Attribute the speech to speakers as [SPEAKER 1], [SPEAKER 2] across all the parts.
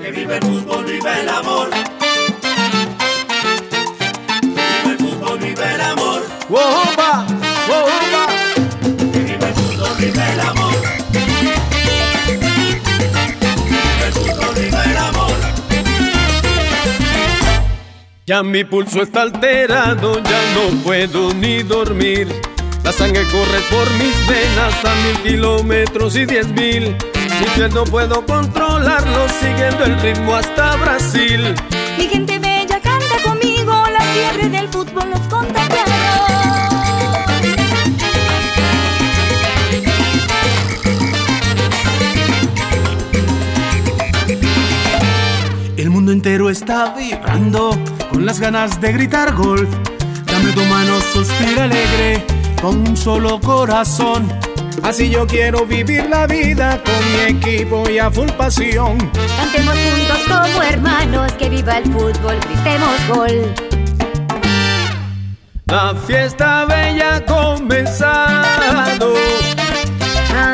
[SPEAKER 1] Que vive el fútbol, vive el amor. Que vive el fútbol, vive el amor.
[SPEAKER 2] ¡Wohumba! ¡Wohumba!
[SPEAKER 1] Que vive el fútbol, vive el amor. Que vive el fútbol, vive el amor.
[SPEAKER 2] Ya mi pulso está alterado, ya no puedo ni dormir. La sangre corre por mis venas a mil kilómetros y diez mil. Mi piel no puedo controlarlo, siguiendo el ritmo hasta Brasil.
[SPEAKER 3] Mi gente bella canta conmigo, la fiebre del fútbol nos contagiaron.
[SPEAKER 4] El mundo entero está vibrando con las ganas de gritar gol. Dame tu mano, suspira alegre con un solo corazón. Así yo quiero vivir la vida con mi equipo y a full pasión.
[SPEAKER 3] Cantemos juntos como hermanos, que viva el fútbol, gritemos gol.
[SPEAKER 2] La fiesta bella ha comenzado.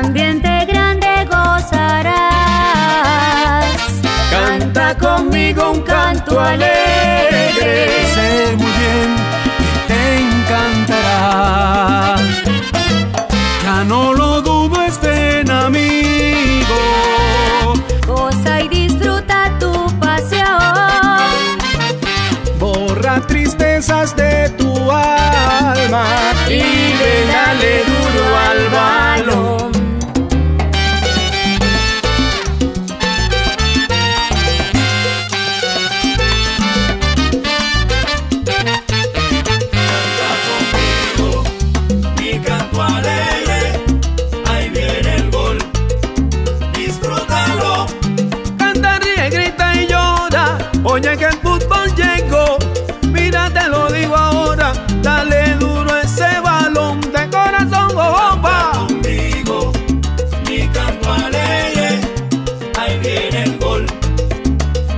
[SPEAKER 3] Ambiente grande gozarás.
[SPEAKER 2] Canta conmigo un canto alegre.
[SPEAKER 4] Sé muy bien que te encantará. Ya no lo dudes, ven amigo.
[SPEAKER 3] Goza y disfruta tu pasión.
[SPEAKER 4] Borra tristezas de tu alma
[SPEAKER 3] Y
[SPEAKER 4] ve, dale duro al balón.
[SPEAKER 1] Canta conmigo, mi canto alegre. Ahí viene el gol. Disfrútalo.
[SPEAKER 2] Canta, ríe, grita y llora. Oye que el fútbol llegó. Mira, te lo digo ahora. Dale duro ese balón de corazón, opa.
[SPEAKER 1] Conmigo, mi canto alegre. Ahí viene el gol.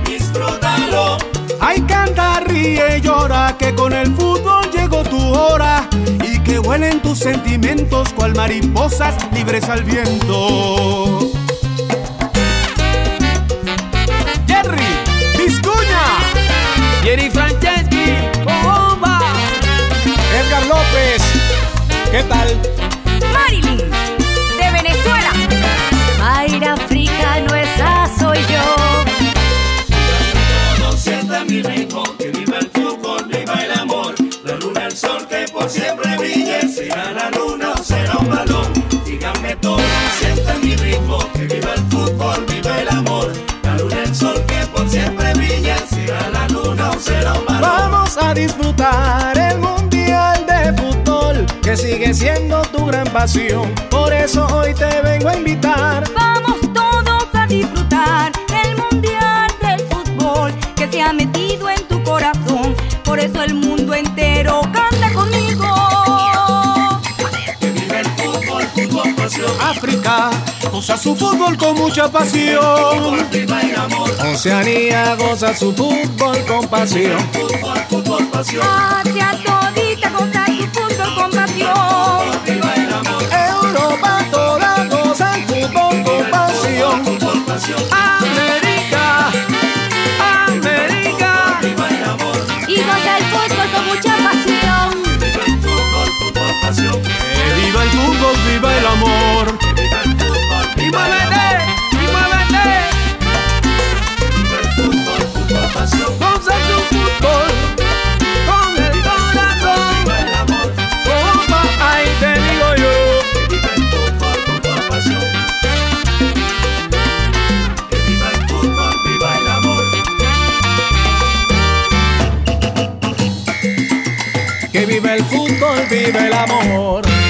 [SPEAKER 1] Disfrútalo.
[SPEAKER 4] Ay, canta, ríe, llora, que con el fútbol llegó tu hora y que vuelen tus sentimientos cual mariposas libres al viento. Jerry, Vizcuña,
[SPEAKER 2] Jerry Franceschi, opa.
[SPEAKER 4] Edgar López, ¿qué tal?
[SPEAKER 3] Marilyn, de Venezuela. Mayra africano, esa soy yo.
[SPEAKER 1] Todos sientan mi ritmo. Que viva el fútbol, viva el amor. La luna, el sol que por siempre brille. Será la luna o será un balón. Díganme todos, sientan mi ritmo. Que viva el fútbol, viva el amor. La luna, el sol que por siempre brille. Será la luna o será un balón.
[SPEAKER 4] Vamos a disfrutar el mundial de fútbol que sigue siendo tu gran pasión. Por eso hoy te vengo a invitar.
[SPEAKER 3] Vamos todos a disfrutar del mundial del fútbol que se ha metido en tu corazón. Por eso el mundo entero canta conmigo.
[SPEAKER 1] Que viva el fútbol, fútbol, pasión.
[SPEAKER 4] África goza su fútbol con mucha pasión.
[SPEAKER 1] Fútbol, viva el amor.
[SPEAKER 4] Oceanía goza su fútbol con pasión.
[SPEAKER 1] Fútbol, fútbol, pasión.
[SPEAKER 3] Hacia todita goza tu fútbol con pasión.
[SPEAKER 1] Viva el amor.
[SPEAKER 4] Europa toda goza el fútbol con pasión.
[SPEAKER 1] Fútbol, pasión.
[SPEAKER 2] América, América.
[SPEAKER 1] Viva el amor.
[SPEAKER 3] Y goza el fútbol con mucha pasión.
[SPEAKER 1] Viva el fútbol, fútbol, pasión.
[SPEAKER 4] Que viva el fútbol, viva el amor.
[SPEAKER 1] Viva el fútbol,
[SPEAKER 2] Y
[SPEAKER 1] viva el amor.
[SPEAKER 2] muévete, y muévete.
[SPEAKER 1] Viva el fútbol, fútbol, pasión.
[SPEAKER 2] Goza tu fútbol con el corazón.
[SPEAKER 1] Viva el amor.
[SPEAKER 2] Opa, ahí te digo yo.
[SPEAKER 1] Viva el fútbol, fútbol, pasión. Que viva el fútbol, viva el amor.
[SPEAKER 4] Que viva el fútbol, viva el amor.